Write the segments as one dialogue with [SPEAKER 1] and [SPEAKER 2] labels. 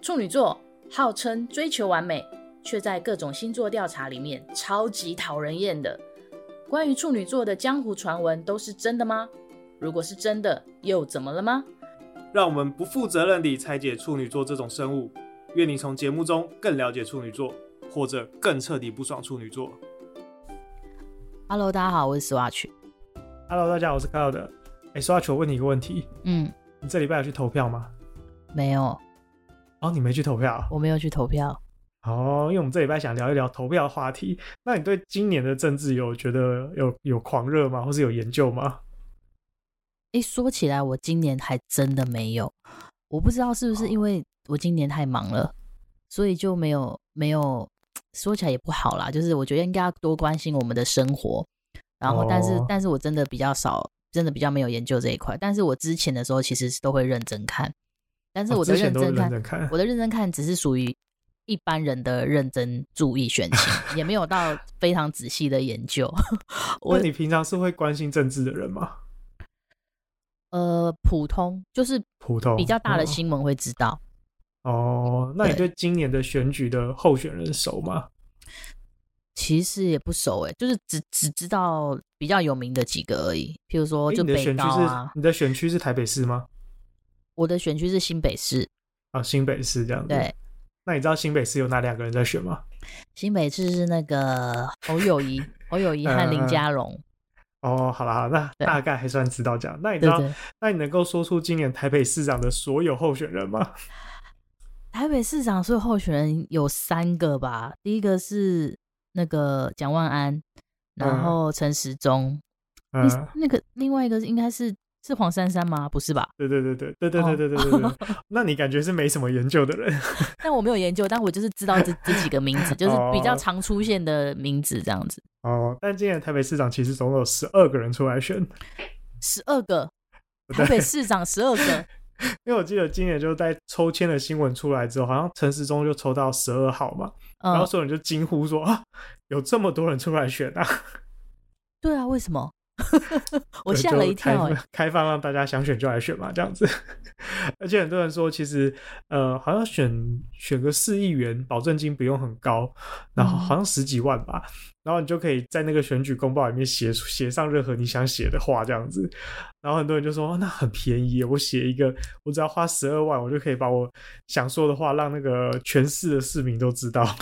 [SPEAKER 1] 处女座号称追求完美，却在各种星座调查里面超级讨人厌的。关于处女座的江湖传闻都是真的吗？如果是真的，又怎么了吗？
[SPEAKER 2] 让我们不负责任地拆解处女座这种生物。愿你从节目中更了解处女座，或者更彻底不爽处女座。
[SPEAKER 1] Hello，大家好，我是 Swatch。
[SPEAKER 2] Hello，大家好，我是 Kyle 的。哎、s w a t c h 我问你一个问题，
[SPEAKER 1] 嗯，
[SPEAKER 2] 你这礼拜有去投票吗？
[SPEAKER 1] 没有，
[SPEAKER 2] 哦，你没去投票啊。
[SPEAKER 1] 我没有去投票。
[SPEAKER 2] 哦，因为我们这礼拜想聊一聊投票的话题。那你对今年的政治有觉得有有狂热吗？或是有研究吗？
[SPEAKER 1] 诶，说起来，我今年还真的没有。我不知道是不
[SPEAKER 2] 哦
[SPEAKER 1] 是因为我今年太忙了，所以就没有没有。说起来也不好啦，就是我觉得应该要多关心我们的生活。然后，但是、
[SPEAKER 2] 哦
[SPEAKER 1] 但是我真的比较少，真的比较没有研究这一块。但是我之前的时候其实是都会认真看，但是
[SPEAKER 2] 哦
[SPEAKER 1] 我的
[SPEAKER 2] 之前
[SPEAKER 1] 认
[SPEAKER 2] 都
[SPEAKER 1] 真看，
[SPEAKER 2] 认真看
[SPEAKER 1] 我的认真看只是属于一般人的认真注意选 情，也没有到非常仔细的研究。 我
[SPEAKER 2] 那你平常是会关心政治的人吗？
[SPEAKER 1] 呃，普通就是
[SPEAKER 2] 普通
[SPEAKER 1] 比较大的
[SPEAKER 2] 哦
[SPEAKER 1] 新闻会知道，
[SPEAKER 2] 哦，那你
[SPEAKER 1] 对
[SPEAKER 2] 对今年的选举的候选人熟吗？
[SPEAKER 1] 其实也不熟诶、就是只只知道比较有名的几个而已，譬如说
[SPEAKER 2] 诶
[SPEAKER 1] 就
[SPEAKER 2] 你的
[SPEAKER 1] 北
[SPEAKER 2] 选区
[SPEAKER 1] 高
[SPEAKER 2] 是、
[SPEAKER 1] 啊，
[SPEAKER 2] 你的选区是台北市吗？
[SPEAKER 1] 我的选区是新北市，
[SPEAKER 2] 啊，新北市这样子。
[SPEAKER 1] 对，，
[SPEAKER 2] 那你知道新北市有哪两个人在选吗？
[SPEAKER 1] 新北市是那个侯友谊，侯友谊和
[SPEAKER 2] 嗯
[SPEAKER 1] 林佳龙，
[SPEAKER 2] 哦，好啦，好啦那
[SPEAKER 1] 对
[SPEAKER 2] 大概还算知道这样。那你知
[SPEAKER 1] 对
[SPEAKER 2] 道，
[SPEAKER 1] 对。
[SPEAKER 2] 那你能够说出今年台北市长的所有候选人吗？
[SPEAKER 1] 台北市长所有候选人有三个吧，第一个是那个蒋万安，然后陈时中，
[SPEAKER 2] 嗯，
[SPEAKER 1] 第那个另外一个应该是是黄珊珊吗？不是吧？
[SPEAKER 2] 对对对对对对对对对对
[SPEAKER 1] 哦
[SPEAKER 2] 对对。 那你感觉是没什么研究的人
[SPEAKER 1] 但我没有研究，但我就是知道这这几个名字，就是比较
[SPEAKER 2] 哦
[SPEAKER 1] 常出现的名字这样子，
[SPEAKER 2] 哦。但今年台北市长其实总共有十二个人出来选，
[SPEAKER 1] 十二个。
[SPEAKER 2] 对
[SPEAKER 1] 台北市长十 二个，
[SPEAKER 2] 因为我记得今年就在抽签的新闻出来之后，好像陈时中就抽到十二号嘛。然后
[SPEAKER 1] 嗯，
[SPEAKER 2] 所有人就惊呼说啊，有这么多人出来选啊！
[SPEAKER 1] 对啊，为什么？ 我
[SPEAKER 2] 对
[SPEAKER 1] 吓
[SPEAKER 2] 就
[SPEAKER 1] 了一跳、
[SPEAKER 2] 开
[SPEAKER 1] 欸，
[SPEAKER 2] 放开放让大家想选就来选嘛，这样子。 而且很多人说，其实呃，好像选选个市议员，保证金不用很高，然后
[SPEAKER 1] 嗯
[SPEAKER 2] 好像十几万吧，然后你就可以在那个选举公报里面写出写上任何你想写的话，这样子。然后很多人就说，哦那很便宜耶，我写一个，我只要花十二万，我就可以把我想说的话让那个全市的市民都知道。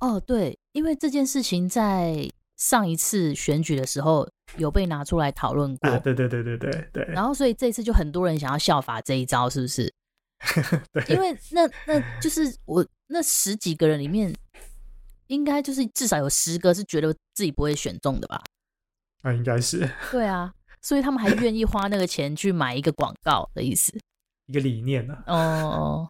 [SPEAKER 1] 哦，对，因为这件事情在上一次选举的时候有被拿出来讨论过，
[SPEAKER 2] 啊，对对对对对对。
[SPEAKER 1] 哦然后所以这次就很多人想要效法这一招，是不是？
[SPEAKER 2] 对
[SPEAKER 1] 因为那那就是我那十几个人里面，应该就是至少有十个是觉得自己不会选中的吧？
[SPEAKER 2] 啊，应该是
[SPEAKER 1] 对啊，所以他们还愿意花那个钱去买一个广告的意思。
[SPEAKER 2] 一个理念呢、啊。
[SPEAKER 1] 哦，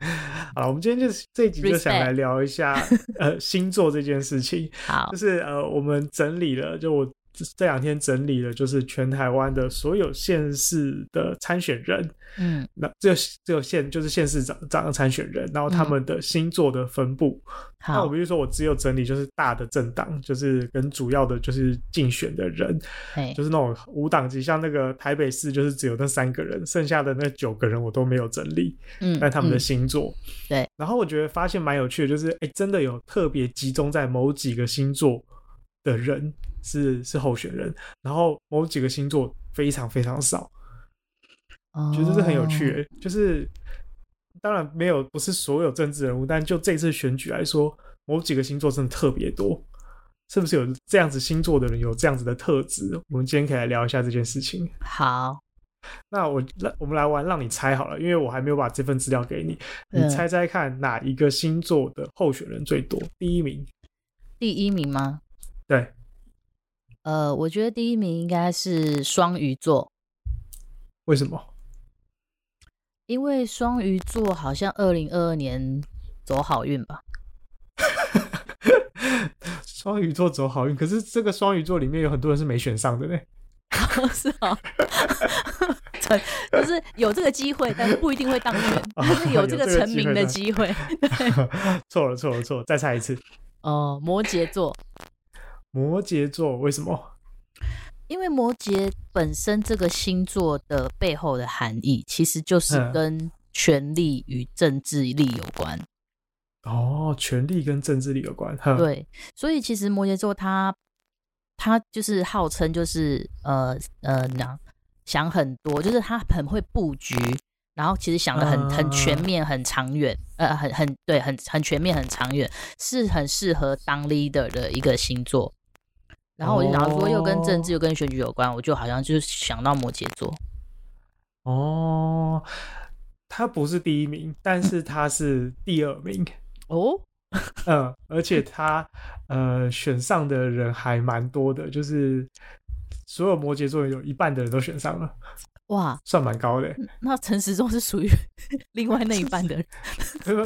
[SPEAKER 2] 好了，我们今天就这一集就想来聊一下 呃星座这件事情，
[SPEAKER 1] 好
[SPEAKER 2] 就，是呃我们整理了，就我这这两天整理了，就是全台湾的所有县市的参选人，
[SPEAKER 1] 嗯
[SPEAKER 2] 那只有只有县就是县市长长的参选人，然后他们的星座的分布。那我
[SPEAKER 1] 嗯好
[SPEAKER 2] 必，须说，我只有整理就是大的政党，就是跟主要的就是竞选的人，
[SPEAKER 1] 嘿，
[SPEAKER 2] 就是那种无党籍，像那个台北市就是只有那三个人，剩下的那九个人我都没有整理。
[SPEAKER 1] 嗯，
[SPEAKER 2] 但他们的
[SPEAKER 1] 嗯
[SPEAKER 2] 星座。
[SPEAKER 1] 对，
[SPEAKER 2] 然后我觉得发现蛮有趣的，就是哎、诶真的有特别集中在某几个星座的人是是候选人，然后某几个星座非常非常少，觉得这很有趣、
[SPEAKER 1] 哦
[SPEAKER 2] 诶就是当然没有不是所有政治人物，但就这次选举来说，某几个星座真的特别多。是不是有这样子星座的人有这样子的特质？我们今天可以来聊一下这件事情。
[SPEAKER 1] 好，
[SPEAKER 2] 那我来，我们来玩，让你猜好了，因为我还没有把这份资料给你，
[SPEAKER 1] 嗯
[SPEAKER 2] 你猜猜看哪一个星座的候选人最多？第一名，
[SPEAKER 1] 第一名吗？
[SPEAKER 2] 对，
[SPEAKER 1] 呃，我觉得第一名应该是双鱼座，
[SPEAKER 2] 为什么？
[SPEAKER 1] 因为双鱼座好像二零二二年走好运吧？
[SPEAKER 2] 双鱼座走好运，可是这个双鱼座里面有很多人是没选上的呢。
[SPEAKER 1] 是啊， 对，就是有这个机会，但是不一定会当 选，
[SPEAKER 2] 啊
[SPEAKER 1] 但是有这个成名的机会。
[SPEAKER 2] 错了，错了，错了，再猜一次。
[SPEAKER 1] 哦，摩羯座，
[SPEAKER 2] 摩羯座为什么？
[SPEAKER 1] 因为摩羯本身这个星座的背后的含义，其实就是
[SPEAKER 2] 嗯
[SPEAKER 1] 跟权力与政治力有关。
[SPEAKER 2] 哦，权力跟政治力有关。呵，
[SPEAKER 1] 对，所以其实摩羯座他他就是号称就是呃呃那想很多，就是他很会布局，然后其实想的很很全
[SPEAKER 2] 啊
[SPEAKER 1] 面、很长远，呃，很很对，很很全面、很长远，是很适合当 leader 的一个星座。然后我就想到说，又跟政治
[SPEAKER 2] 哦
[SPEAKER 1] 又跟选举有关，我就好像就是想到摩羯座。
[SPEAKER 2] 哦，他不是第一名，但是他是第二名。
[SPEAKER 1] 哦，
[SPEAKER 2] 嗯，而且他呃选上的人还蛮多的，就是所有摩羯座有一半的人都选上了，
[SPEAKER 1] 哇，
[SPEAKER 2] 算蛮高的。欸
[SPEAKER 1] 那陈时中是属于 另外那一半的人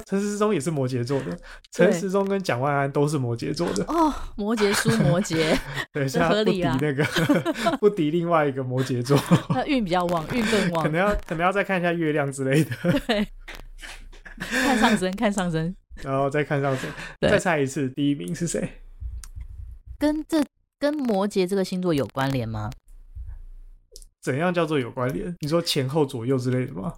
[SPEAKER 2] 陈时中也是摩羯座的，陈
[SPEAKER 1] 对
[SPEAKER 2] 时中跟蒋万安都是摩羯座的，
[SPEAKER 1] 哦，摩羯输摩 羯，
[SPEAKER 2] 对，
[SPEAKER 1] 这
[SPEAKER 2] 所以他
[SPEAKER 1] 合
[SPEAKER 2] 不
[SPEAKER 1] 理
[SPEAKER 2] 敌
[SPEAKER 1] 啊
[SPEAKER 2] 那个 不敌另外一个摩羯座，
[SPEAKER 1] 他运比较旺，运更旺
[SPEAKER 2] 可。能要可能要再看一下月亮之类的，
[SPEAKER 1] 对，看上升，看上升，
[SPEAKER 2] 然后再看上谁，
[SPEAKER 1] 对
[SPEAKER 2] 再猜一次第一名是谁。
[SPEAKER 1] 跟这跟摩羯这个星座有关联吗？
[SPEAKER 2] 怎样叫做有关联？你说前后左右之类的吗？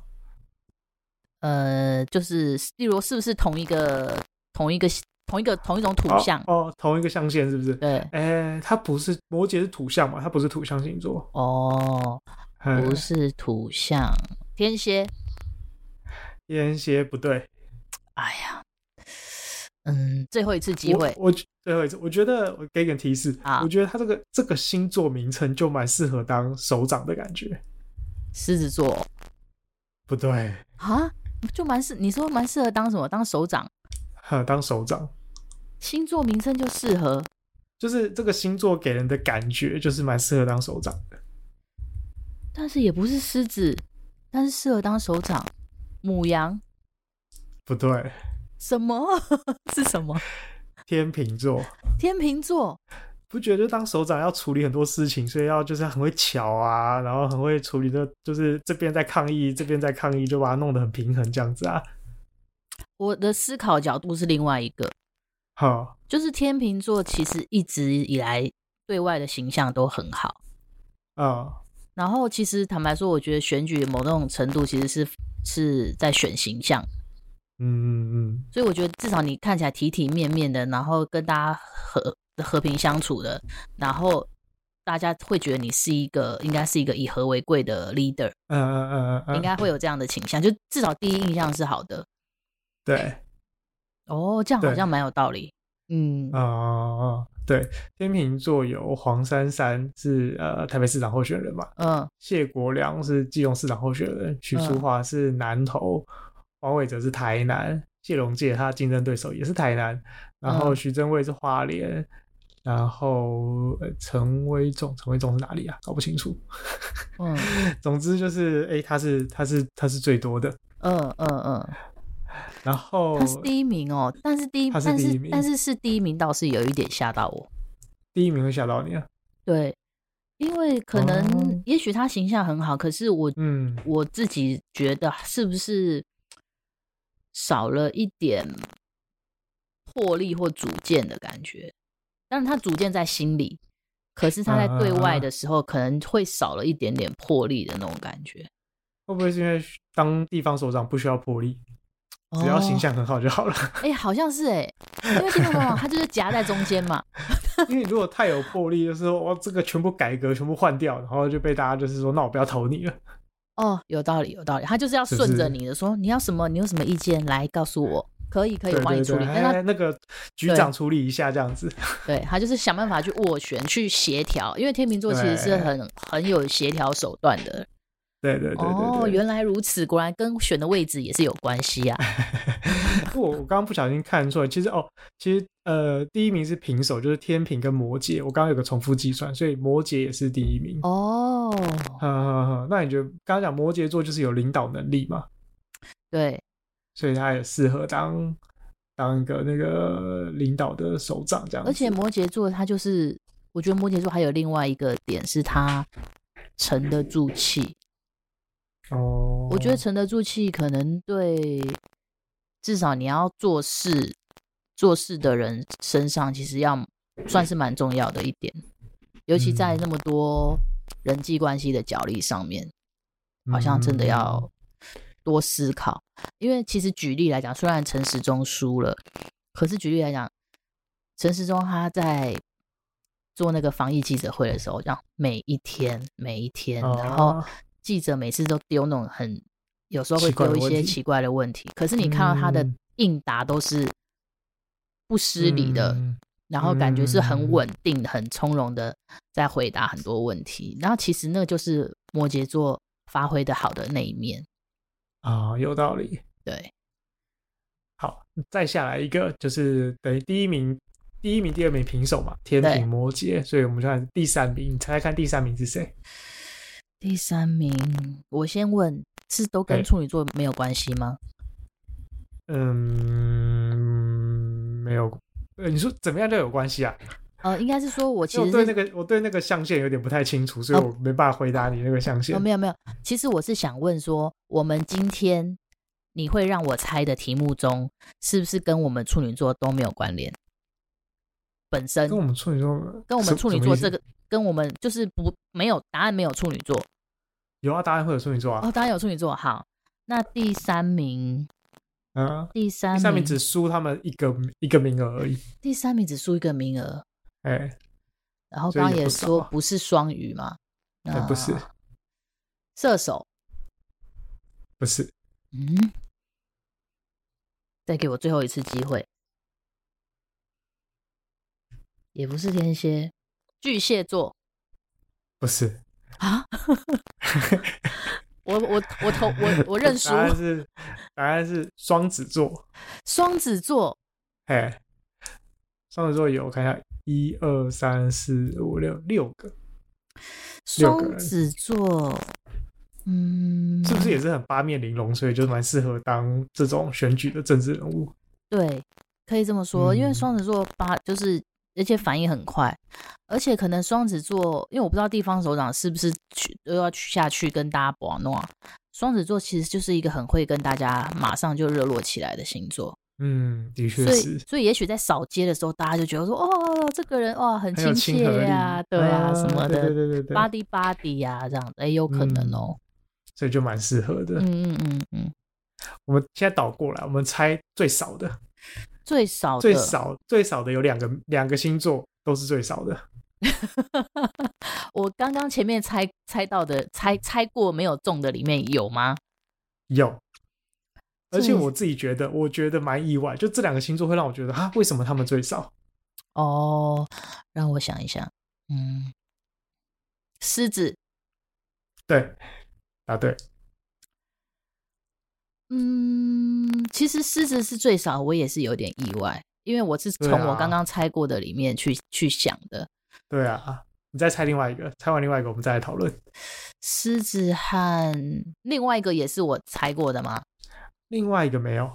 [SPEAKER 1] 呃，就是例如是不是同一个同一个同一个同一种土
[SPEAKER 2] 哦
[SPEAKER 1] 象？
[SPEAKER 2] 哦，同一个象限是不是？
[SPEAKER 1] 对，
[SPEAKER 2] 哎、它不是摩羯是土象嘛？它不是土象星座，
[SPEAKER 1] 哦，
[SPEAKER 2] 嗯
[SPEAKER 1] 不是土象，天蝎。
[SPEAKER 2] 天蝎不对，
[SPEAKER 1] 哎呀，嗯，最后一次机
[SPEAKER 2] 我
[SPEAKER 1] 会，
[SPEAKER 2] 我觉最后一次，我觉得我给一个提示，
[SPEAKER 1] 啊
[SPEAKER 2] 我觉得他这个这个星座名称就蛮适合当首长的感觉。
[SPEAKER 1] 狮子座
[SPEAKER 2] 不 对，
[SPEAKER 1] 啊，就蛮适，你说蛮适合当什么？当首长，
[SPEAKER 2] 呵，当首长
[SPEAKER 1] 星座名称就适合。
[SPEAKER 2] 就是这个星座给人的感觉就是蛮适合当首长的。
[SPEAKER 1] 但是也不是狮子，但是适合当首长。母羊
[SPEAKER 2] 不对，
[SPEAKER 1] 什么 是什么？
[SPEAKER 2] 天秤 座。
[SPEAKER 1] 天秤座
[SPEAKER 2] 不觉得就当首长要处理很多事情，所以要就是很会巧啊，然后很会处理的，就是这边在抗议，这边在抗议，就把它弄得很平衡这样子啊。
[SPEAKER 1] 我的思考角度是另外一个，
[SPEAKER 2] 好，
[SPEAKER 1] 就是天秤座其实一直以来对外的形象都很好。
[SPEAKER 2] 嗯，
[SPEAKER 1] 然后其实坦白说，我觉得选举某种程度其实是是在选形象，
[SPEAKER 2] 嗯嗯
[SPEAKER 1] 所以我觉得至少你看起来体体面面的，然后跟大家和和平相处的，然后大家会觉得你是一个应该是一个以和为贵的 leader，
[SPEAKER 2] 嗯嗯嗯嗯嗯，
[SPEAKER 1] 应该会有这样的倾向，就至少第一印象是好的。
[SPEAKER 2] 对，
[SPEAKER 1] 哦，这样好
[SPEAKER 2] 对
[SPEAKER 1] 像蛮有道理。嗯
[SPEAKER 2] 啊、嗯，对，天秤座有黄珊珊是呃台北市长候选人嘛，
[SPEAKER 1] 嗯，
[SPEAKER 2] 谢国良是基隆市长候选人，许淑华是南投，黄伟哲是台南，谢龙介他的竞争对手也是台南，然后
[SPEAKER 1] 嗯
[SPEAKER 2] 徐祯卫是花莲，然后呃陈威仲，陈威仲是哪里啊？搞不清楚。
[SPEAKER 1] 嗯
[SPEAKER 2] 总之就是，哎、他是他是他是最多的，
[SPEAKER 1] 嗯嗯
[SPEAKER 2] 哦
[SPEAKER 1] 嗯，
[SPEAKER 2] 然后
[SPEAKER 1] 他是第一名哦，但是第一，
[SPEAKER 2] 他是
[SPEAKER 1] 但
[SPEAKER 2] 第一
[SPEAKER 1] 是
[SPEAKER 2] 名
[SPEAKER 1] 但是是第一名，倒是有一点吓到我。
[SPEAKER 2] 第一名会吓到你啊，
[SPEAKER 1] 对，因为可能
[SPEAKER 2] 哦
[SPEAKER 1] 也许他形象很好，可是我
[SPEAKER 2] 嗯，
[SPEAKER 1] 我自己觉得是不是少了一点魄力或主见的感觉？当然，他主见在心里，可是他在对
[SPEAKER 2] 嗯嗯
[SPEAKER 1] 外
[SPEAKER 2] 嗯
[SPEAKER 1] 的时候，可能会少了一点点魄力的那种感觉。
[SPEAKER 2] 会不会是因为当地方首长不需要魄力，只要形
[SPEAKER 1] 哦
[SPEAKER 2] 象很好就好了？
[SPEAKER 1] 哎、好像是哎、因为听众朋友他就是夹在中间嘛，
[SPEAKER 2] 因为如果太有魄力，就是说哇，这个全部改革，全部换掉，然后就被大家就是说，那我不要投你了。
[SPEAKER 1] 哦，有道理，有道理，他就是要
[SPEAKER 2] 是不
[SPEAKER 1] 顺着
[SPEAKER 2] 是
[SPEAKER 1] 你的说，你要什么，你有什么意见来告诉我，可以，可以，
[SPEAKER 2] 对
[SPEAKER 1] 我帮你
[SPEAKER 2] 对
[SPEAKER 1] 处
[SPEAKER 2] 对，
[SPEAKER 1] 理。但
[SPEAKER 2] 哎，那个局长处理一下这样子。
[SPEAKER 1] 他对他就是想办法去斡旋、去协调，因为天秤座其实是
[SPEAKER 2] 对
[SPEAKER 1] 很很有协调手段的。
[SPEAKER 2] 对对对对
[SPEAKER 1] 哦，
[SPEAKER 2] 对。
[SPEAKER 1] 原来如此，果然跟选的位置也是有关系啊。
[SPEAKER 2] 我我刚刚不小心看错了，其实哦，其实呃，第一名是平手，就是天平跟摩羯。我刚刚有个重复计算，所以摩羯也是第一名。
[SPEAKER 1] 哦，
[SPEAKER 2] 呵呵呵，那你觉得刚刚讲摩羯座就是有领导能力嘛？
[SPEAKER 1] 对，
[SPEAKER 2] 所以他也适合当当一个那个领导的首长这样子。
[SPEAKER 1] 而且摩羯座他就是，我觉得摩羯座还有另外一个点是他沉得住气。
[SPEAKER 2] 哦，
[SPEAKER 1] 我觉得沉得住气，可能对至少你要做事做事的人身上，其实要算是蛮重要的一点，尤其在
[SPEAKER 2] 嗯
[SPEAKER 1] 那么多人际关系的角力上面，好像真的
[SPEAKER 2] 嗯
[SPEAKER 1] 要多思考。因为其实举例来讲，虽然陈时中输了，可是举例来讲，陈时中他在做那个防疫记者会的时候，让每一天每一天，然后
[SPEAKER 2] 啊
[SPEAKER 1] 记者每次都丢那种很有时候会
[SPEAKER 2] 奇怪的
[SPEAKER 1] 丢一
[SPEAKER 2] 问
[SPEAKER 1] 些
[SPEAKER 2] 题
[SPEAKER 1] 奇怪的问题，可是你看到他的
[SPEAKER 2] 嗯
[SPEAKER 1] 应答都是不失礼的，
[SPEAKER 2] 嗯
[SPEAKER 1] 然后感觉是很
[SPEAKER 2] 嗯
[SPEAKER 1] 稳定、很从容的在回答很多问题。然后其实那个就是摩羯座发挥的好的那一面。
[SPEAKER 2] 啊，有道理。
[SPEAKER 1] 对，
[SPEAKER 2] 好，再下来一个就是等于第一名、第一名、第二名平手嘛，天
[SPEAKER 1] 对
[SPEAKER 2] 平、摩羯，所以我们就看第三名，你猜猜看第三名是谁？
[SPEAKER 1] 第三名，我先问，是都
[SPEAKER 2] 哎
[SPEAKER 1] 跟处女座没有关系吗？
[SPEAKER 2] 嗯，没有。呃，你说怎么样都有关系啊？
[SPEAKER 1] 呃，应该是说我其
[SPEAKER 2] 因为
[SPEAKER 1] 实
[SPEAKER 2] 我对
[SPEAKER 1] 是哦
[SPEAKER 2] 那个我对那个象限有点不太清楚，所以我没办法回答你那个象限。
[SPEAKER 1] 哦，没有没有，其实我是想问说，我们今天你会让我猜的题目中，是不是跟我们处女座都没有关联？本身
[SPEAKER 2] 跟我们处女座，
[SPEAKER 1] 跟我
[SPEAKER 2] 什
[SPEAKER 1] 们处女
[SPEAKER 2] 什么
[SPEAKER 1] 座
[SPEAKER 2] 意思
[SPEAKER 1] 这个跟我们就是不没有答案，没有处女座
[SPEAKER 2] 有啊，答案会有处女座啊。
[SPEAKER 1] 哦，当然有处女座。好，那第三名，
[SPEAKER 2] 嗯，
[SPEAKER 1] 第哦三
[SPEAKER 2] 第
[SPEAKER 1] 名，
[SPEAKER 2] 三名只输他们一个一个名额而已。
[SPEAKER 1] 第三名只输一个名额，
[SPEAKER 2] 哎，
[SPEAKER 1] 然后
[SPEAKER 2] 所以
[SPEAKER 1] 刚刚
[SPEAKER 2] 也
[SPEAKER 1] 也
[SPEAKER 2] 不少
[SPEAKER 1] 说
[SPEAKER 2] 啊
[SPEAKER 1] 不是双鱼嘛，
[SPEAKER 2] 哎
[SPEAKER 1] 那
[SPEAKER 2] 不是
[SPEAKER 1] 射手，
[SPEAKER 2] 不是，
[SPEAKER 1] 嗯，再给我最后一次机会，也不是天蝎，巨蟹座
[SPEAKER 2] 不是，
[SPEAKER 1] 啊！ 我我我投我我 认输
[SPEAKER 2] 答，案是答案是双子座。
[SPEAKER 1] 双子座
[SPEAKER 2] 哎，双子座有，我看一下，一二三四五六六个，六个
[SPEAKER 1] 双
[SPEAKER 2] 人
[SPEAKER 1] 子座，嗯，
[SPEAKER 2] 是不是也是很八面玲珑，所以就蛮适合当这种选举的政治人物？
[SPEAKER 1] 对，可以这么说，因为
[SPEAKER 2] 嗯
[SPEAKER 1] 双子座八就是，而且反应很快，而且可能双子座，因为我不知道地方首长是不是去都要去下去跟大家玩弄啊。双子座其实就是一个很会跟大家马上就热络起来的星座，
[SPEAKER 2] 嗯，的确
[SPEAKER 1] 所以
[SPEAKER 2] 是，
[SPEAKER 1] 所以也许在扫街的时候，大家就觉得说，哦，这个人哇很
[SPEAKER 2] 很有
[SPEAKER 1] 亲
[SPEAKER 2] 亲
[SPEAKER 1] 切
[SPEAKER 2] 和力嗯
[SPEAKER 1] 呀、对啊什么
[SPEAKER 2] 对
[SPEAKER 1] 的
[SPEAKER 2] 对对对对，
[SPEAKER 1] ，body body 呀这样的，哎有可能
[SPEAKER 2] 嗯
[SPEAKER 1] 哦，
[SPEAKER 2] 所以就蛮适合的。
[SPEAKER 1] 嗯嗯嗯嗯，
[SPEAKER 2] 我们现在倒过来，我们猜最少的，
[SPEAKER 1] 最少
[SPEAKER 2] 最
[SPEAKER 1] 的
[SPEAKER 2] 少最少的有两个，两个星座都是最少的。
[SPEAKER 1] 我刚刚前面猜猜到的，猜猜过没有中的里面有吗？
[SPEAKER 2] 有。而且
[SPEAKER 1] 最
[SPEAKER 2] 我自己觉得，我觉得蛮意外，就这两个星座会让我觉得，哈，啊为什么他们最少？
[SPEAKER 1] 哦，让我想一想，嗯，狮子，
[SPEAKER 2] 对，答对，
[SPEAKER 1] 嗯，其实狮子是最少，我也是有点意外，因为我是
[SPEAKER 2] 对
[SPEAKER 1] 从我
[SPEAKER 2] 啊
[SPEAKER 1] 刚刚猜过的里面去、去想的。
[SPEAKER 2] 对啊。你再猜另外一个，猜完另外一个，我们再来讨论。
[SPEAKER 1] 狮子和另外一个也是我猜过的吗？
[SPEAKER 2] 另外一个没有，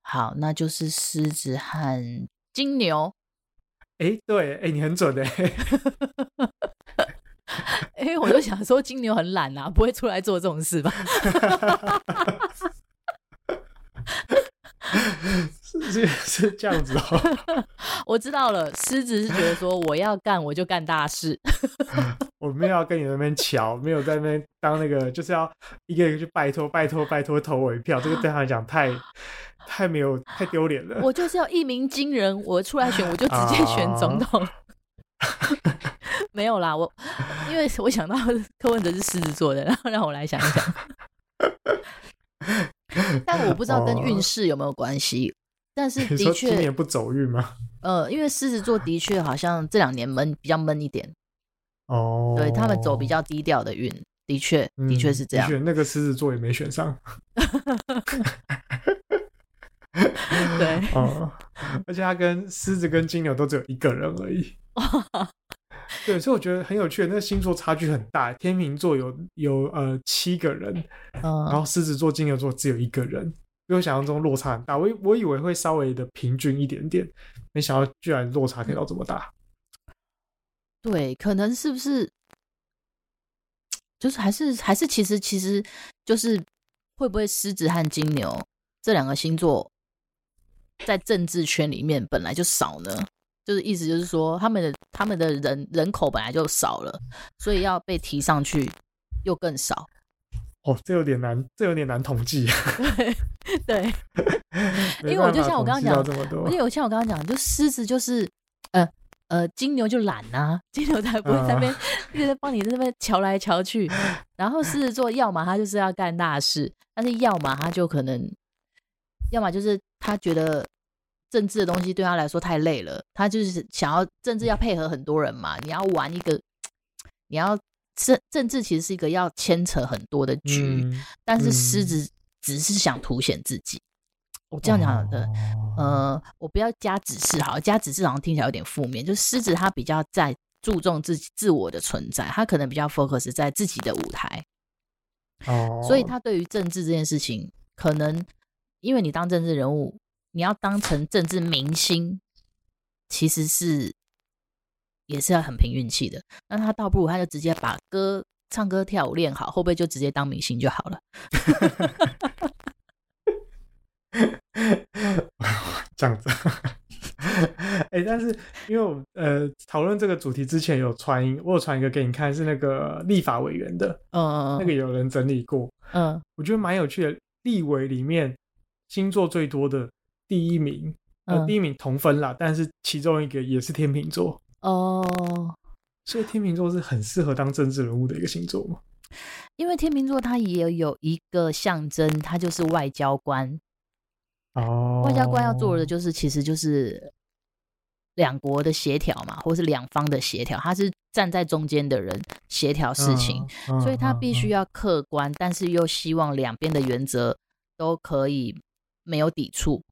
[SPEAKER 1] 好，那就是狮子和金牛。
[SPEAKER 2] 哎，对，哎，你很准的，
[SPEAKER 1] 因为我就想说，金牛很懒啊，不会出来做这种事吧？
[SPEAKER 2] 是是是这样子哦。
[SPEAKER 1] 我知道了，狮子是觉得说我要干我就干大事，
[SPEAKER 2] 我没有要跟你那边瞧，没有在那边当那个，就是要一个一个去拜托，拜托，拜托投我一票。这个对他来讲太太没有太丢脸 了。
[SPEAKER 1] 我就是要一鸣惊人，我出来选我就直
[SPEAKER 2] 啊
[SPEAKER 1] 接选总统。 没有啦，我因为我想到柯文哲是狮子座的，然后让我来想一 想。但我不知道跟运势有没有关系，但是
[SPEAKER 2] 哦 你
[SPEAKER 1] 的
[SPEAKER 2] 说今
[SPEAKER 1] 确，
[SPEAKER 2] 年不走运吗？
[SPEAKER 1] 呃，因为狮子座的确好像这两年闷比较闷一点，
[SPEAKER 2] 哦，
[SPEAKER 1] 对他们走比较低调的运，的确的确
[SPEAKER 2] 嗯
[SPEAKER 1] 是这样
[SPEAKER 2] 的。确，那 个狮子座也没选上。
[SPEAKER 1] 对，
[SPEAKER 2] 哦，而且他跟狮子跟金牛都只有一个人而已。
[SPEAKER 1] 嗯
[SPEAKER 2] 对，所以我觉得很有趣，那个星座差距很大。天秤座有有呃七个人，
[SPEAKER 1] 嗯，
[SPEAKER 2] 然后狮子座、金牛座只有一个人，比我想象中落差很大。我以我以为会稍微的平均一点点，没想到居然落差可以到这么大。
[SPEAKER 1] 对，可能是不是就是还是还是其实其实就是会不会狮子和金牛这两个星座在政治圈里面本来就少呢？就是意思就是说他们的他们的人人口本来就少了，所以要被提上去又更少。
[SPEAKER 2] 哦，这有点难，这有点难统计。
[SPEAKER 1] 对，因为
[SPEAKER 2] 没办
[SPEAKER 1] 我就
[SPEAKER 2] 法
[SPEAKER 1] 像我刚
[SPEAKER 2] 统
[SPEAKER 1] 刚
[SPEAKER 2] 计到
[SPEAKER 1] 讲
[SPEAKER 2] 这么多
[SPEAKER 1] 而，且我像我刚刚讲，就狮子就是呃呃金牛就懒啊，金牛才不会在那
[SPEAKER 2] 嗯
[SPEAKER 1] 边一直在帮你在那边瞧来瞧 去。然后狮子座要么他就是要干大事，但是要么他就可能，要么就是他觉得政治的东西对他来说太累了，他就是想要政治要配合很多人嘛，你要玩一个，你要政政治其实是一个要牵扯很多的局，
[SPEAKER 2] 嗯，
[SPEAKER 1] 但是狮
[SPEAKER 2] 嗯
[SPEAKER 1] 子只是想凸显自己。我这样讲的，
[SPEAKER 2] 哦，
[SPEAKER 1] 呃，我不要加指示，好了，加指示好像听起来有点负面。就狮子，它比较在注重自己自我的存在，它可能比较 focus 在自己的舞台，
[SPEAKER 2] 哦
[SPEAKER 1] 呃所以他对于政治这件事情，可能因为你当政治人物，你要当成政治明星，其实是也是要很凭运气的。那他倒不如他就直接把歌、唱歌、跳舞练好，会不会就直接当明星就好了？
[SPEAKER 2] 这样子。 哎、但是因为我呃讨论这个主题之前有传一，我有传一个给你看，是那个立法委员的，
[SPEAKER 1] 嗯
[SPEAKER 2] 那个有人整理过，
[SPEAKER 1] 嗯，
[SPEAKER 2] 我觉得蛮有趣的。立委里面星座最多的第一名，呃，
[SPEAKER 1] 嗯
[SPEAKER 2] 第一名同分啦，但是其中一个也是天秤座，
[SPEAKER 1] 哦。
[SPEAKER 2] 所以天秤座是很适合当政治人物的一个星座嘛。
[SPEAKER 1] 因为天秤座它也有一个象征，它就是外交官。
[SPEAKER 2] 哦，
[SPEAKER 1] 外交官要做的就是，其实就是两国的协调嘛，或是两方的协调，他是站在中间的人协调事情，
[SPEAKER 2] 嗯，
[SPEAKER 1] 所以他必须
[SPEAKER 2] 要
[SPEAKER 1] 要客观，但是又希望两边的原则都可以没有抵触。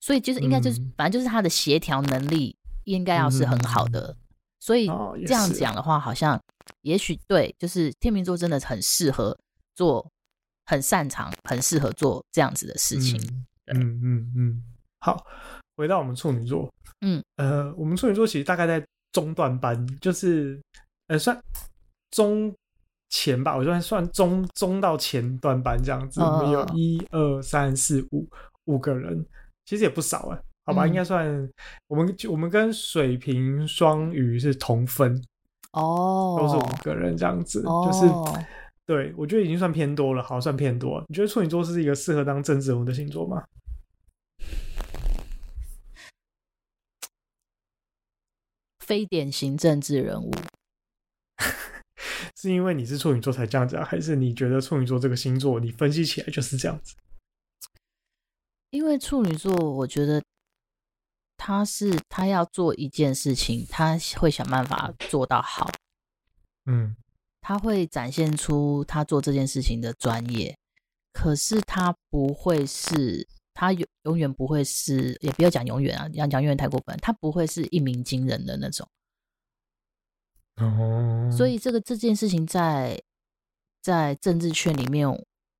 [SPEAKER 1] 所以就是应该就是，
[SPEAKER 2] 嗯
[SPEAKER 1] 反正就是他的协调能力应该要是很好的。所以
[SPEAKER 2] 哦也
[SPEAKER 1] 这样
[SPEAKER 2] 是
[SPEAKER 1] 讲的话，好像也许对，就是天秤座真的很适合做，很擅长，很适合做这样子的事情。对
[SPEAKER 2] 嗯嗯嗯，好，回到我们处女座，
[SPEAKER 1] 嗯，
[SPEAKER 2] 呃，我们处女座其实大概在中段班，就是呃算中前吧，我算算中中到前段班这样子。我们有
[SPEAKER 1] 哦
[SPEAKER 2] 一二三四五五个人，其实也不少哎、好吧，
[SPEAKER 1] 嗯
[SPEAKER 2] 应该算我们我们跟水瓶、双鱼是同分，
[SPEAKER 1] 哦，
[SPEAKER 2] 嗯都是五个人这样子，
[SPEAKER 1] 哦，
[SPEAKER 2] 就是对我觉得已经算偏多了，好算偏多了。你觉得处女座是一个适合当政治人物的星座吗？
[SPEAKER 1] 非典型政治人物。
[SPEAKER 2] 是因为你是处女座才这样讲，啊还是你觉得处女座这个星座你分析起来就是这样子？
[SPEAKER 1] 因为处女座，我觉得他是他要做一件事情，他会想办法做到好，
[SPEAKER 2] 嗯
[SPEAKER 1] 他会展现出他做这件事情的专业，可是他不会是。他永永远不会是，也不要讲永远啊，讲讲永远太过分。他不会是一鸣惊人的那种，
[SPEAKER 2] 哦
[SPEAKER 1] 所以这个这件事情在在政治圈里面，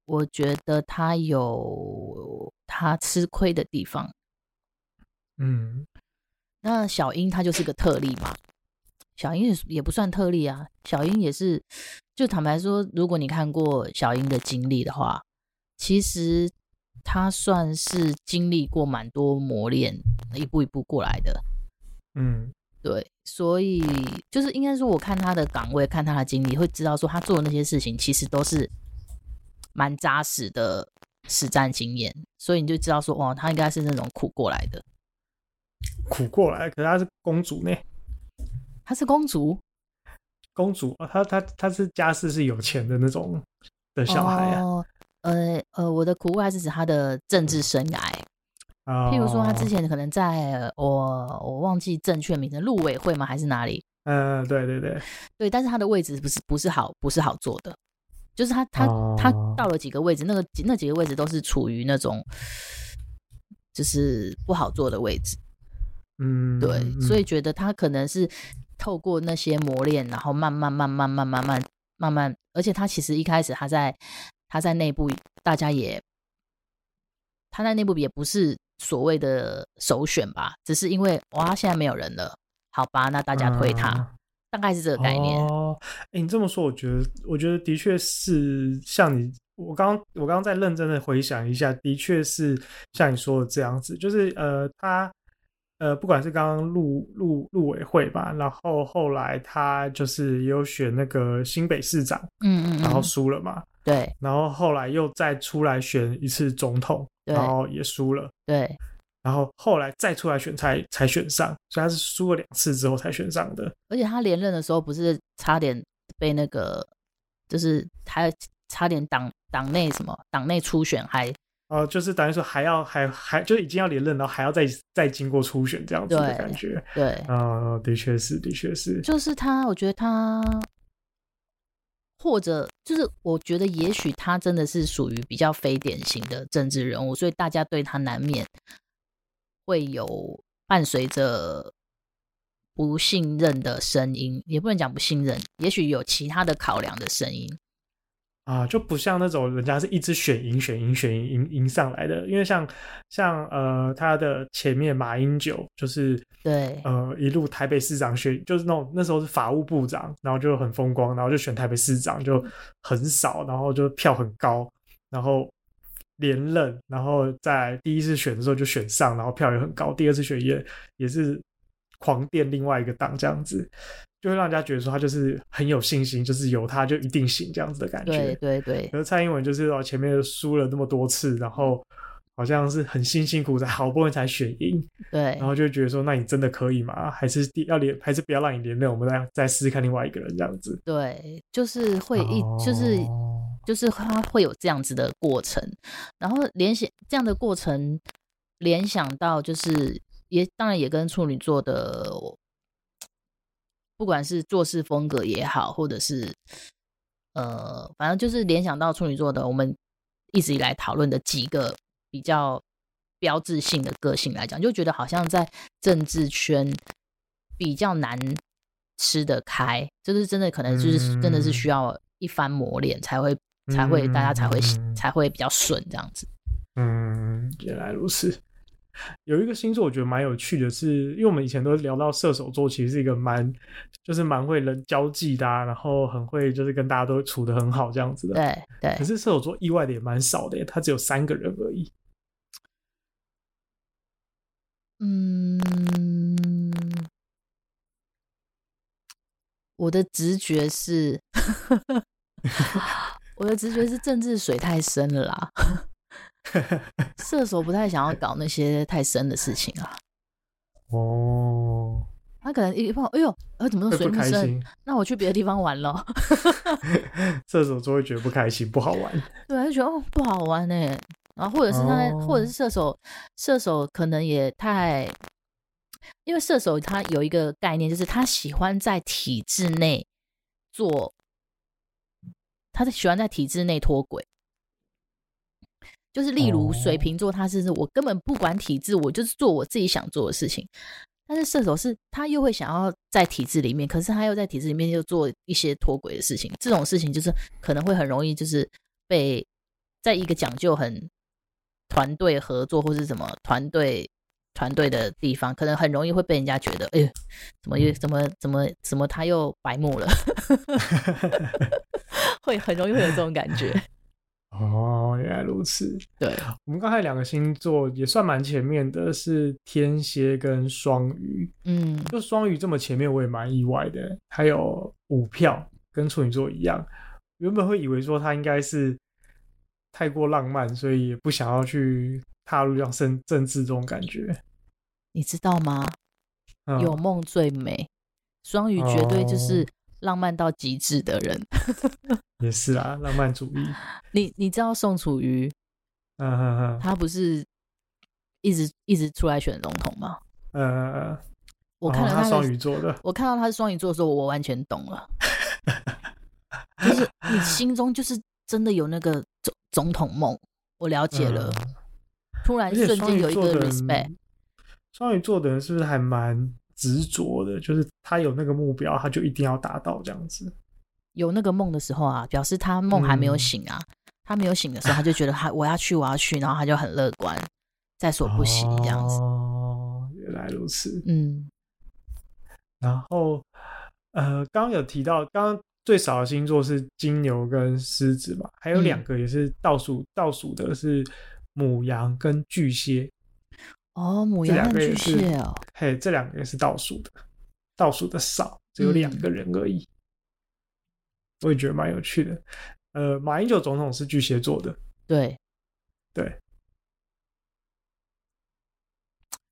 [SPEAKER 1] 我觉得他有他吃亏的地方。
[SPEAKER 2] 嗯
[SPEAKER 1] 那小英她就是个特例嘛，小英也是也不算特例啊，小英也是，就坦白说，如果你看过小英的经历的话，其实她算是经历过蛮多磨练，一步一步过来的。
[SPEAKER 2] 嗯
[SPEAKER 1] 对，所以就是应该说，我看他的岗位，看他的经历，会知道说他做的那些事情其实都是蛮扎实的实战经验，所以你就知道说，哦，他应该是那种苦过来的。
[SPEAKER 2] 苦过来，可是她是公主呢，
[SPEAKER 1] 她是公主
[SPEAKER 2] 公主啊，她她她是家世是有钱的那种的小孩啊。
[SPEAKER 1] 哦、呃呃，我的苦过来是指他的政治生涯，
[SPEAKER 2] 啊
[SPEAKER 1] 哦譬如说他之，前可能在我我忘记正确名称，陆委会吗还是哪里？
[SPEAKER 2] 嗯、对对对，
[SPEAKER 1] 对，但是他的位置不是不是好不是好做的，就是他他、他
[SPEAKER 2] 哦
[SPEAKER 1] 到了几个位置，那个那几个位置都是处于那种就是不好做的位置，
[SPEAKER 2] 嗯，
[SPEAKER 1] 对，
[SPEAKER 2] 嗯
[SPEAKER 1] 所以觉得他可能是透过那些磨练，然后慢慢慢慢慢慢慢慢慢，而且他其实一开始他在他在内部大家也他在内部也不是所谓的首选吧，只是因为哇现在没有人了，好吧，那大家推他，
[SPEAKER 2] 嗯
[SPEAKER 1] 大概是这个概念。
[SPEAKER 2] 哦，哎、你这么说，我觉得，我觉得的确是像你，我刚我刚刚在认真的回想一下，的确是像你说的这样子，就是呃，他呃，不管是刚刚陆陆陆委会吧，然后后来他就是也有选那个新北市长，
[SPEAKER 1] 嗯嗯嗯，
[SPEAKER 2] 然后输了嘛，
[SPEAKER 1] 对
[SPEAKER 2] 然后后来又再出来选一次总统，
[SPEAKER 1] 对
[SPEAKER 2] 然后也输了，
[SPEAKER 1] 对，
[SPEAKER 2] 然后后来再出来选才才选上，所以他是输了两次之后才选上的。
[SPEAKER 1] 而且他连任的时候不是差点被那个，就是还差点党党内什么党内初选还
[SPEAKER 2] 哦，就是等于说还要还还就是已经要连任，然后还要再再经过初选这样子的
[SPEAKER 1] 对
[SPEAKER 2] 感觉。
[SPEAKER 1] 对，
[SPEAKER 2] 啊、的确是，的确是，
[SPEAKER 1] 就是他，我觉得他，或者就是我觉得，也许他真的是属于比较非典型的政治人物，所以大家对他难免会有伴随着不信任的声音，也不能讲不信任，也许有其他的考量的声音。
[SPEAKER 2] 啊，就不像那种人家是一直选赢、选赢、选赢、赢赢上来的，因为像像呃他的前面马英九就是
[SPEAKER 1] 对，
[SPEAKER 2] 呃一路台北市长选，就是那种那时候是法务部长，然后就很风光，然后就选台北市长
[SPEAKER 1] 嗯
[SPEAKER 2] 就很少，然后就票很高，然后连任，然后在第一次选的时候就选上，然后票也很高，第二次选也也是狂垫另外一个党这样子。就会让人家觉得说他就是很有信心，就是有他就一定行这样子的感觉。
[SPEAKER 1] 对，对，对，
[SPEAKER 2] 可是蔡英文就是哦，前面输了那么多次，然后好像是很辛辛苦苦，好不容易才选赢，
[SPEAKER 1] 对
[SPEAKER 2] 然，后就觉得说，那你真的可以吗？还是第要连，还是不要让你连任，我们再再试试看另外一个人这样子。
[SPEAKER 1] 对，就是会一，就是
[SPEAKER 2] 哦
[SPEAKER 1] 就是他会有这样子的过程，然后联想这样的过程，联想到就是也当然也跟处女座的，不管是做事风格也好，或者是呃，反正就是联想到处女座的，我们一直以来讨论的几个比较标志性的个性来讲，就觉得好像在政治圈比较难吃得开，就是真的可能就是真的是
[SPEAKER 2] 嗯
[SPEAKER 1] 需要一番磨练才会才会大家才会
[SPEAKER 2] 嗯
[SPEAKER 1] 才会比较顺这样子。
[SPEAKER 2] 嗯，原来如此。有一个星座我觉得蛮有趣的是，因为我们以前都聊到射手座，其实是一个蛮就是蛮会人交际的、啊，然后很会就是跟大家都处得很好这样子的。
[SPEAKER 1] 对对
[SPEAKER 2] 可，是射手座意外的也蛮少的耶，他只有三个人而 已。
[SPEAKER 1] 嗯，我的直觉 是，我的直觉是政治水太深了啦，射手不太想要搞那些太深的事情啊。
[SPEAKER 2] 哦，
[SPEAKER 1] 他可能一碰，哎呦，呃，怎么
[SPEAKER 2] 会
[SPEAKER 1] 都水
[SPEAKER 2] 不
[SPEAKER 1] 那么
[SPEAKER 2] 开
[SPEAKER 1] 深？
[SPEAKER 2] 心，
[SPEAKER 1] 那我去别的地方玩了。
[SPEAKER 2] 射手座会觉得不开心，不好玩。
[SPEAKER 1] 对，就觉得哦不好玩呢、然后或者是他，或者
[SPEAKER 2] 哦
[SPEAKER 1] 是射手，射手可能也太，因为射手他有一个概念，就是他喜欢在体制内做，他喜欢在体制内脱轨。就是例如水
[SPEAKER 2] 哦
[SPEAKER 1] 瓶座，他是我根本不管体制，我就是做我自己想做的事情。但是射手是他又会想要在体制里面，可是他又在体制里面又做一些脱轨的事情，这种事情就是可能会很容易就是被在一个讲究很团队合作或是什么团队团队的地方，可能很容易会被人家觉得，哎呦，怎么又怎么怎么怎么他又白目了，会很容易会有这种感 觉。
[SPEAKER 2] 哦，原来如此。
[SPEAKER 1] 对
[SPEAKER 2] 我们刚才两个星座也算蛮前面的，是天蝎跟双鱼。
[SPEAKER 1] 嗯，
[SPEAKER 2] 就双鱼这么前面，我也蛮意外的。还有五票跟处女座一样，原本会以为说他应该是太过浪漫，所以也不想要去踏入像政政治这种感觉。
[SPEAKER 1] 你知道吗？
[SPEAKER 2] 嗯、
[SPEAKER 1] 有梦最美，双鱼绝对就是
[SPEAKER 2] 哦
[SPEAKER 1] 浪漫到极致的人。
[SPEAKER 2] 也是啊，浪漫主义。
[SPEAKER 1] 你你知道宋楚瑜
[SPEAKER 2] 嗯嗯嗯
[SPEAKER 1] 他不是一直一直出来选总统吗？
[SPEAKER 2] 嗯嗯，
[SPEAKER 1] 我看了
[SPEAKER 2] 哦他
[SPEAKER 1] 的
[SPEAKER 2] 双鱼座的，
[SPEAKER 1] 我看到他是双鱼座的时候，我完全懂 了，就是你心中就是真的有那个总总统梦，我了解了，
[SPEAKER 2] 嗯
[SPEAKER 1] 突然
[SPEAKER 2] 而且
[SPEAKER 1] 瞬
[SPEAKER 2] 双
[SPEAKER 1] 间
[SPEAKER 2] 鱼
[SPEAKER 1] 有一
[SPEAKER 2] 座的
[SPEAKER 1] 个
[SPEAKER 2] 人
[SPEAKER 1] respect，
[SPEAKER 2] 双鱼座的人是不是还蛮执着的？就是他有那个目标，他就一定要达到这样子。
[SPEAKER 1] 有那个梦的时候啊，表示他梦还没有
[SPEAKER 2] 嗯
[SPEAKER 1] 醒啊，他没有醒的时候，他就觉得他我要去我要去，然后他就很乐观，在所不惜这样子，
[SPEAKER 2] 哦，原来如此。
[SPEAKER 1] 嗯，
[SPEAKER 2] 然后，呃，刚刚有提到，刚刚最少的星座是金牛跟狮子嘛，还
[SPEAKER 1] 嗯
[SPEAKER 2] 有两个也是倒数、倒数的是母羊跟巨蟹，
[SPEAKER 1] 哦，母
[SPEAKER 2] 这
[SPEAKER 1] 羊
[SPEAKER 2] 两
[SPEAKER 1] 和
[SPEAKER 2] 个
[SPEAKER 1] 巨
[SPEAKER 2] 也是
[SPEAKER 1] 蟹哦，
[SPEAKER 2] 嘿，这两个也是倒数的，倒数的少，只有
[SPEAKER 1] 嗯
[SPEAKER 2] 两个人而已。我也觉得蛮有趣的。呃，马英九总统是巨蟹座的，
[SPEAKER 1] 对
[SPEAKER 2] 对，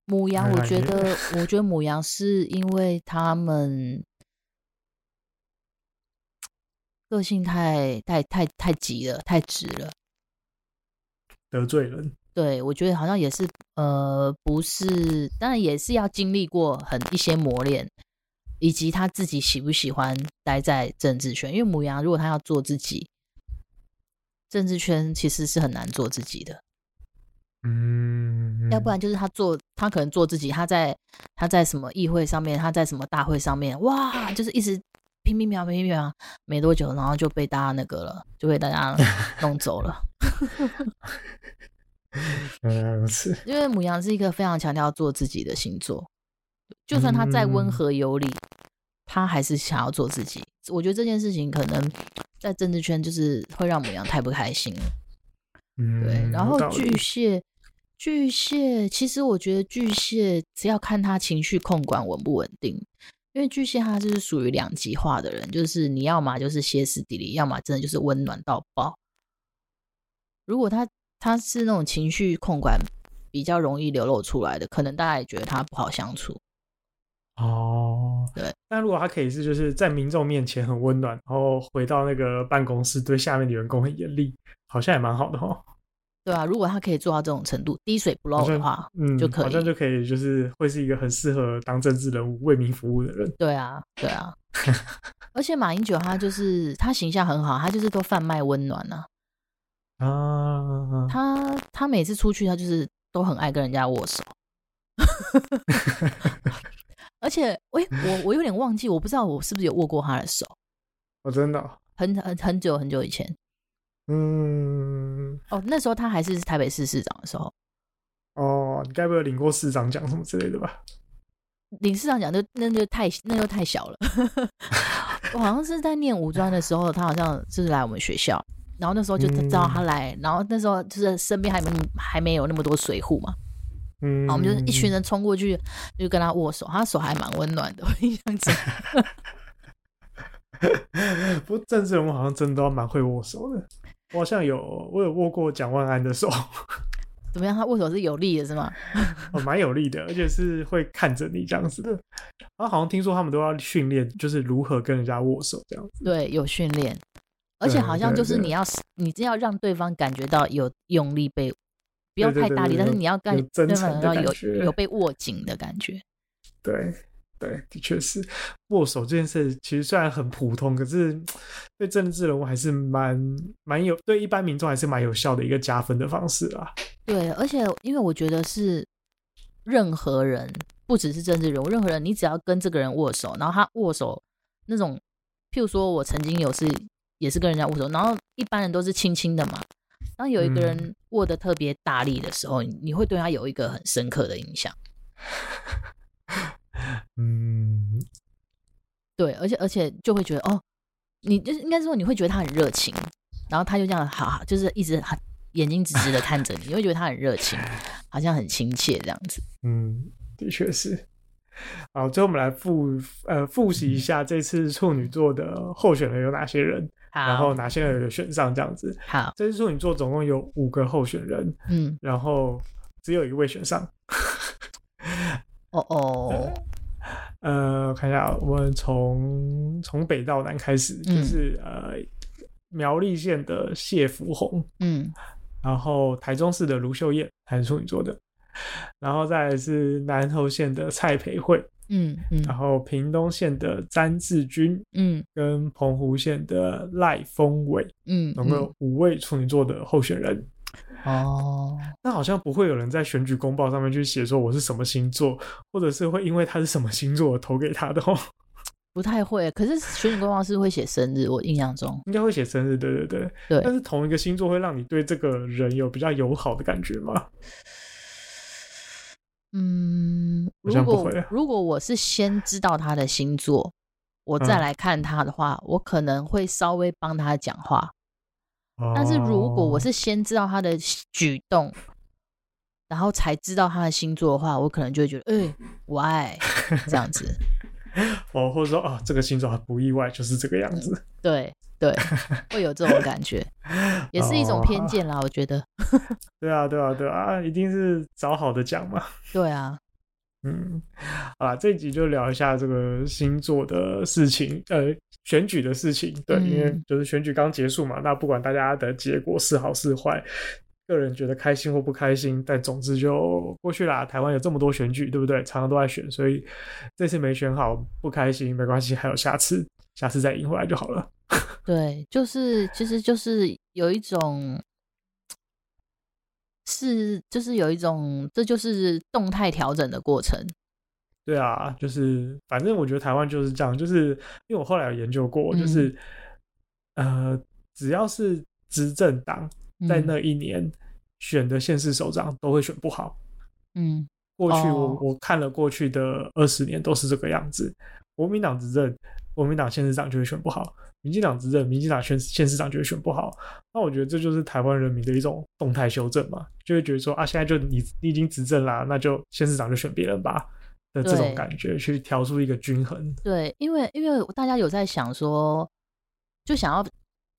[SPEAKER 1] 母羊，我
[SPEAKER 2] 哎
[SPEAKER 1] 觉
[SPEAKER 2] 你
[SPEAKER 1] 得，我觉得母羊是因为他们个性太太太太急了，太直了。
[SPEAKER 2] 得罪人。
[SPEAKER 1] 对，我觉得好像也是，呃，不是，当然也是要经历过很一些磨练，以及他自己喜不喜欢待在政治圈。因为母羊如果他要做自己，政治圈其实是很难做自己的。
[SPEAKER 2] 嗯，
[SPEAKER 1] 要不然就是他做，他可能做自己，他在他在什么议会上面，他在什么大会上面，哇，就是一直拼命秒拼命秒，没多久，然后就被大家那个了，就被大家弄走了。
[SPEAKER 2] 嗯，如此。
[SPEAKER 1] 因为母羊是一个非常强调做自己的星座，就算他再温
[SPEAKER 2] 嗯
[SPEAKER 1] 和有礼，他还是想要做自己。我觉得这件事情可能在政治圈就是会让母羊太不开心了。
[SPEAKER 2] 嗯，
[SPEAKER 1] 对，然
[SPEAKER 2] 有
[SPEAKER 1] 后
[SPEAKER 2] 道理
[SPEAKER 1] 巨蟹，巨蟹，其实我觉得巨蟹只要看他情绪控管稳不稳定，因为巨蟹他就是属于两极化的人，就是你要么就是歇斯底里，要么真的就是温暖到爆。如果他他是那种情绪控管比较容易流露出来的，可能大家也觉得他不好相处。
[SPEAKER 2] 哦，
[SPEAKER 1] 对。
[SPEAKER 2] 那如果他可以是就是在民众面前很温暖，然后回到那个办公室对下面的员工很严厉，好像也蛮好的哦。
[SPEAKER 1] 对啊，如果他可以做到这种程度，滴水不
[SPEAKER 2] 好
[SPEAKER 1] 漏的
[SPEAKER 2] 像
[SPEAKER 1] 话，
[SPEAKER 2] 嗯，
[SPEAKER 1] 就可
[SPEAKER 2] 好像
[SPEAKER 1] 以
[SPEAKER 2] 就可以就是会是一个很适合当政治人物为民服务的人。
[SPEAKER 1] 对啊，对 啊。而且马英九他就是他形象很好，他就是都贩卖温暖啊。
[SPEAKER 2] 啊，
[SPEAKER 1] 他他每次出去，他就是都很爱跟人家握手。而且，喂、我我有点忘记，我不知道我是不是有握过他的手，
[SPEAKER 2] 我真的哦，
[SPEAKER 1] 很很很久很久以前
[SPEAKER 2] 嗯，
[SPEAKER 1] 哦，那时候他还是台北市市长的时候，
[SPEAKER 2] 哦，你该不会有领过市长奖什么之类的吧？
[SPEAKER 1] 林市长讲就那就太那就太小了， 我好像是在念五专的时候，他好像就是来我们学校，然后那时候就知道他来，然后那时候就是身边还没还没有那么多水户嘛，
[SPEAKER 2] 嗯，
[SPEAKER 1] 然后我们就是一群人冲过去，就跟他握手，他手还蛮温暖的，我印象中。
[SPEAKER 2] 不过政治人物好像真的都蛮会握手的。我好像有，我有握过蒋万安的手，
[SPEAKER 1] 怎么样？他握手是有力的，是吗？
[SPEAKER 2] 哦蛮有力的，而且是会看着你这样子的。然后好像听说他们都要训练，就是如何跟人家握手这样子。
[SPEAKER 1] 对，有训练，而且
[SPEAKER 2] 对
[SPEAKER 1] 好像
[SPEAKER 2] 对
[SPEAKER 1] 就是
[SPEAKER 2] 对
[SPEAKER 1] 你要你真要让对方感觉到有用力被，不要
[SPEAKER 2] 对对
[SPEAKER 1] 太
[SPEAKER 2] 对
[SPEAKER 1] 大力，
[SPEAKER 2] 对
[SPEAKER 1] 但是
[SPEAKER 2] 有
[SPEAKER 1] 你要感
[SPEAKER 2] 有真
[SPEAKER 1] 对
[SPEAKER 2] 诚
[SPEAKER 1] 方
[SPEAKER 2] 的
[SPEAKER 1] 要
[SPEAKER 2] 感
[SPEAKER 1] 有
[SPEAKER 2] 觉
[SPEAKER 1] 有被握紧的感觉。
[SPEAKER 2] 对，对，的确是握手这件事，其实虽然很普通，可是对政治人物还是蛮蛮有，对一般民众还是蛮有效的一个加分的方式啦。
[SPEAKER 1] 对，而且因为我觉得是任何人，不只是政治人物，任何人，你只要跟这个人握手，然后他握手那种，譬如说我曾经有是也是跟人家握手，然后一般人都是轻轻的嘛。当有一个人
[SPEAKER 2] 嗯
[SPEAKER 1] 握得特别大力的时候，你你会对他有一个很深刻的印象。
[SPEAKER 2] 嗯，
[SPEAKER 1] 对，而且而且就会觉得哦，你就是应该说你会觉得他很热情，然后他就这样好，好就是一直很眼睛直直的看着你，你会觉得他很热情，好像很亲切这样子。
[SPEAKER 2] 嗯，的确是。好，最后我们来复呃复习一下这次处女座的候选人有哪些人，然后
[SPEAKER 1] 好，
[SPEAKER 2] 哪些人有选上这样子。
[SPEAKER 1] 好，
[SPEAKER 2] 这次处女座总共有五个候选人，
[SPEAKER 1] 嗯，
[SPEAKER 2] 然后只有一位选上。
[SPEAKER 1] 哦哦，
[SPEAKER 2] 呃，我看一下，我们从从北到南开始，就
[SPEAKER 1] 嗯
[SPEAKER 2] 是、呃苗栗县的谢福宏，
[SPEAKER 1] 嗯，
[SPEAKER 2] 然后台中市的卢秀燕，还是处女座的，然后再来是南投县的蔡培慧，
[SPEAKER 1] 嗯嗯
[SPEAKER 2] 然后屏东县的詹志军
[SPEAKER 1] 嗯
[SPEAKER 2] 跟澎湖县的赖峰伟，
[SPEAKER 1] 嗯，
[SPEAKER 2] 总共有五位处女座的候选人。
[SPEAKER 1] 嗯哦，
[SPEAKER 2] 那好像不会有人在选举公报上面去写说我是什么星座，或者是会因为他是什么星座而投给他的哦。
[SPEAKER 1] 不太会，可是选举公报是会写生日，我印象中，
[SPEAKER 2] 应该会写生日，对对对。
[SPEAKER 1] 对
[SPEAKER 2] 但是同一个星座会让你对这个人有比较友好的感觉吗？
[SPEAKER 1] 嗯，
[SPEAKER 2] 好
[SPEAKER 1] 如
[SPEAKER 2] 像不
[SPEAKER 1] 果
[SPEAKER 2] 会啊
[SPEAKER 1] 如果我是先知道他的星座，我再
[SPEAKER 2] 嗯
[SPEAKER 1] 来看他的话，我可能会稍微帮他讲话。 但是如果我
[SPEAKER 2] 哦
[SPEAKER 1] 是先知道他的行举动，然后才知道他的星座的话，我可能就会觉得，哎、我爱这样子。
[SPEAKER 2] 哦哦，或者说啊，这个星座很不意外，就是这个样子。
[SPEAKER 1] 对对，会有这种感觉，也是一种偏见
[SPEAKER 2] 哦
[SPEAKER 1] 啦。我觉得，
[SPEAKER 2] 对啊，对啊，对啊，一定是找好的讲嘛。
[SPEAKER 1] 对啊，
[SPEAKER 2] 嗯，啊，这一集就聊一下这个星座的事情，呃，选举的事情。对，
[SPEAKER 1] 嗯
[SPEAKER 2] 因为就是选举刚结束嘛，那不管大家的结果是好是坏，个人觉得开心或不开心，但总之就过去啦。台湾有这么多选举，对不对？常常都在选，所以这次没选好不开心没关系，还有下次，下次再赢回来就好了。
[SPEAKER 1] 对，就是其实就是有一种是就是有一种，这就是动态调整的过程。
[SPEAKER 2] 对啊，就是反正我觉得台湾就是这样，就是因为我后来有研究过，
[SPEAKER 1] 嗯
[SPEAKER 2] 就是、呃，只要是执政党在
[SPEAKER 1] 嗯
[SPEAKER 2] 那一年选的县市首长都会选不好。
[SPEAKER 1] 嗯
[SPEAKER 2] 过去我、
[SPEAKER 1] 哦
[SPEAKER 2] 我看了过去的二十年都是这个样子，国民党执政，国民党县市长就会选不好；民进党执政，民进党县县市长就会选不好。那我觉得这就是台湾人民的一种动态修正嘛，就会觉得说啊，现在就你你已经执政啦，那就县市长就选别人吧的这种
[SPEAKER 1] 对
[SPEAKER 2] 感觉，去调出一个均衡。
[SPEAKER 1] 对，因为因为大家有在想说，就想要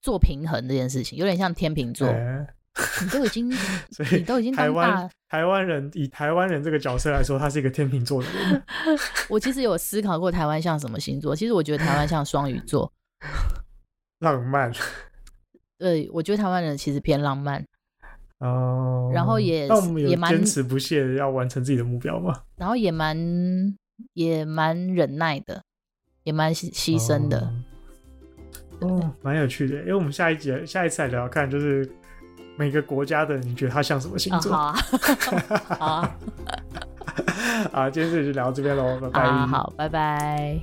[SPEAKER 1] 做平衡这件事情，有点像天秤座，
[SPEAKER 2] 哎
[SPEAKER 1] 你都已经
[SPEAKER 2] 所
[SPEAKER 1] 你
[SPEAKER 2] 以
[SPEAKER 1] 都已经
[SPEAKER 2] 台
[SPEAKER 1] 当
[SPEAKER 2] 湾
[SPEAKER 1] 大，
[SPEAKER 2] 台湾人以台湾人这个角色来说，他是一个天秤座的人。
[SPEAKER 1] 我其实有思考过台湾像什么星座，其实我觉得台湾像双鱼座，
[SPEAKER 2] 浪漫，
[SPEAKER 1] 对我觉得台湾人其实偏浪漫，
[SPEAKER 2] 哦，
[SPEAKER 1] 然后也
[SPEAKER 2] 那我们有
[SPEAKER 1] 也蛮
[SPEAKER 2] 坚持不懈地要完成自己的目标吗？
[SPEAKER 1] 然后也蛮也蛮忍耐的，也蛮牺牺牲的。
[SPEAKER 2] 哦，哦，蛮有趣的。因为我们下一节下一次来聊聊看，就是每个国家的，你觉得它像什么星
[SPEAKER 1] 啊，
[SPEAKER 2] 座？
[SPEAKER 1] 好啊，好啊，
[SPEAKER 2] 啊，今天这里就聊到这边喽，拜拜。
[SPEAKER 1] 好啊，好，拜拜。